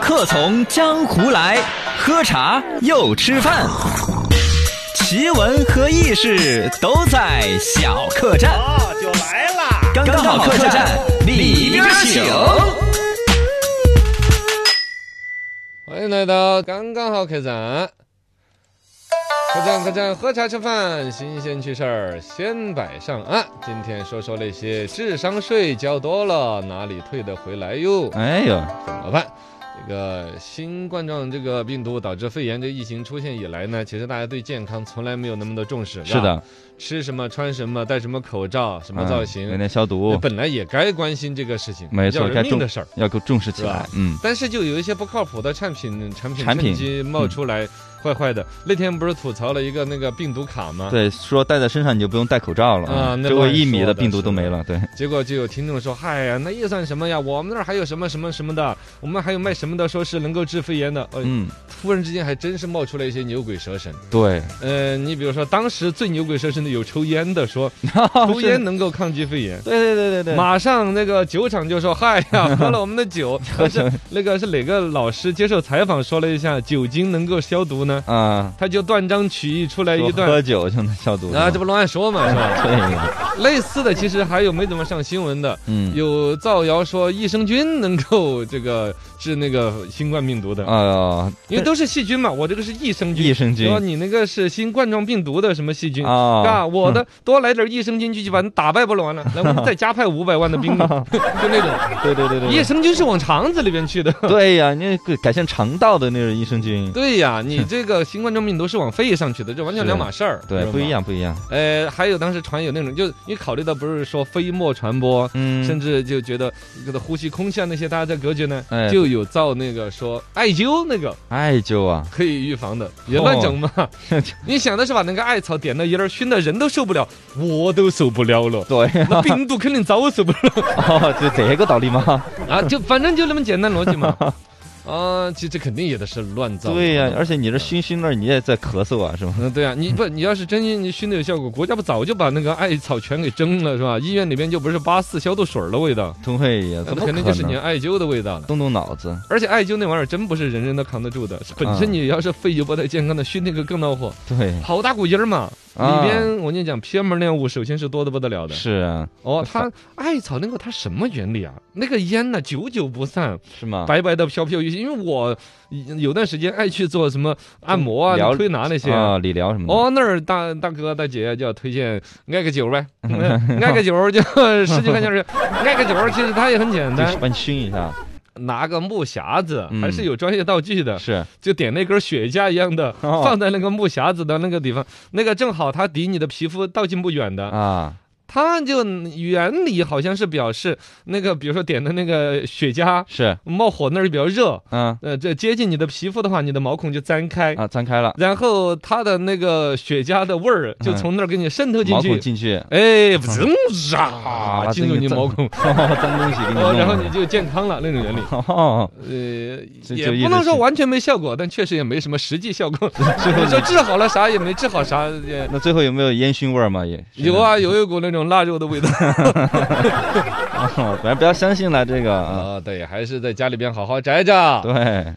客从江湖来，喝茶又吃饭，奇闻和异事都在小客栈。哦，就来啦！刚刚好客栈里边请。欢迎来到刚刚好客栈。客栈客栈，喝茶吃饭，新鲜趣事儿先摆上岸。今天说说那些智商税交多了，哪里退得回来哟？哎呦，怎么办？这个新冠状这个病毒导致肺炎这疫情出现以来呢，其实大家对健康从来没有那么的重视。是吧，的，吃什么、穿什么、戴什么口罩、哎什么造型，有点嗯消毒，本来也该关心这个事情，哎哦没错要人该命重的事儿。要够重视起是来吧。嗯，但是就有一些不靠谱的产品，产品产品嗯趁机冒出来坏坏的。那天不是吐槽了一个那个病毒卡吗？对，说戴在身上你就不用戴口罩了啊那周围乱一米说的的病毒是都的没了。 对，结果就有听众说：“嗨呀，那又算什么呀？我们那儿还有什么什么什么的，我们还有卖什么的，说是能够治肺炎的。”呃，嗯，突然之间还真是冒出来一些牛鬼蛇神。对，呃，你比如说，当时最牛鬼蛇神的有抽烟的， 说抽是烟能够抗击肺炎。对对对对对，马上那个酒厂就说：“嗨 呀，喝了我们的酒。”是那个是哪个老师接受采访说了一下，酒精能够消毒呢？啊，他就断章取义出来说一喝段，酒就能消毒啊，这不乱说嘛，是吧？对呀，类似的，其实还有没怎么上新闻的，嗯，有造谣说益生菌能够这个治那个新冠病毒的，啊，因为都是细菌嘛，我这个是益生益菌，生菌说你那个是新冠状病毒的什么细菌。啊，啊，我的多来点益生菌进去，把你打败不就 完了？来，我们再加派五百万的 兵力，就那种对对对益，生菌是往肠子里边去的。 对呀，你改改善肠道的那种益生菌，对呀，你这个新冠状病毒是往肺上去的，这完全两码事儿，对知，道不一吗。样不一样，呃，还有当时传有那种，就你考虑到不是说飞沫传播，甚嗯，至就觉得这个呼吸空气啊那些大家在隔绝呢，哎就有造那个说艾灸那个艾灸啊，可以预防的，也乱整嘛。 你想的是把那个艾草点到一点熏的人都受不了，我都受不了 了。对，那病毒肯定早受不了哦，就这个道理嘛， 啊！就反正就那么简单逻辑嘛。 啊，其实这肯定也都是乱造。对呀，而且你这熏熏那儿你也在咳嗽啊，是吧？嗯，对啊，你 不，你要是真你熏的有效果，国家不早就把那个艾草全给蒸了，是吧？医院里边就不是八四消毒水儿的味道，都会呀，那怎么可肯定就是你能？艾灸的味道了。动动脑子，而且艾灸那玩意儿真不是人人都扛得住的，本啊身你要是肺就不太健康的，熏那个更恼火，对，好大股音儿嘛。啊里边我跟你讲，PM 二点五首先是多的不得了的。是啊，哦，它艾草那个它什么原理啊？那个烟呢、久久不散，是吗？白白的飘飘欲仙。因为我有段时间爱去做什么按摩啊疗、推拿那些啊嗯啊，理疗什么的，哦，那儿大大哥大姐就要推荐挨个酒呗， 嗯挨个酒就十几块钱儿，挨个酒其实它也很简就是单，把你熏一下，拿个木匣子，还是嗯有专业道具的，是，就点那根雪茄一样的， 哦放在那个木匣子的那个地方，那个正好它离你的皮肤道近不远的，啊，它就原理好像是表示那个，比如说点的那个雪茄是，冒火那儿比较热，嗯呃，这接近你的皮肤的话，你的毛孔就张开。啊，张开了，然后它的那个雪茄的味儿就从那儿给你渗透进毛去孔，进去， 哎，嗡啊，把进入这个你脏毛 孔，脏东西给你哦弄，然后你就健康了那种原理。哦，呃，这就也意思不能是说完全没效果，但确实也没什么实际效 果。你 说治好了啥也没治好啥，也那最后有没有烟熏味儿嘛？也是有，啊，有一股那种腊肉的味道。 哦反正不要相信了这个啊，啊，对，还是在家里边好好宅着。对。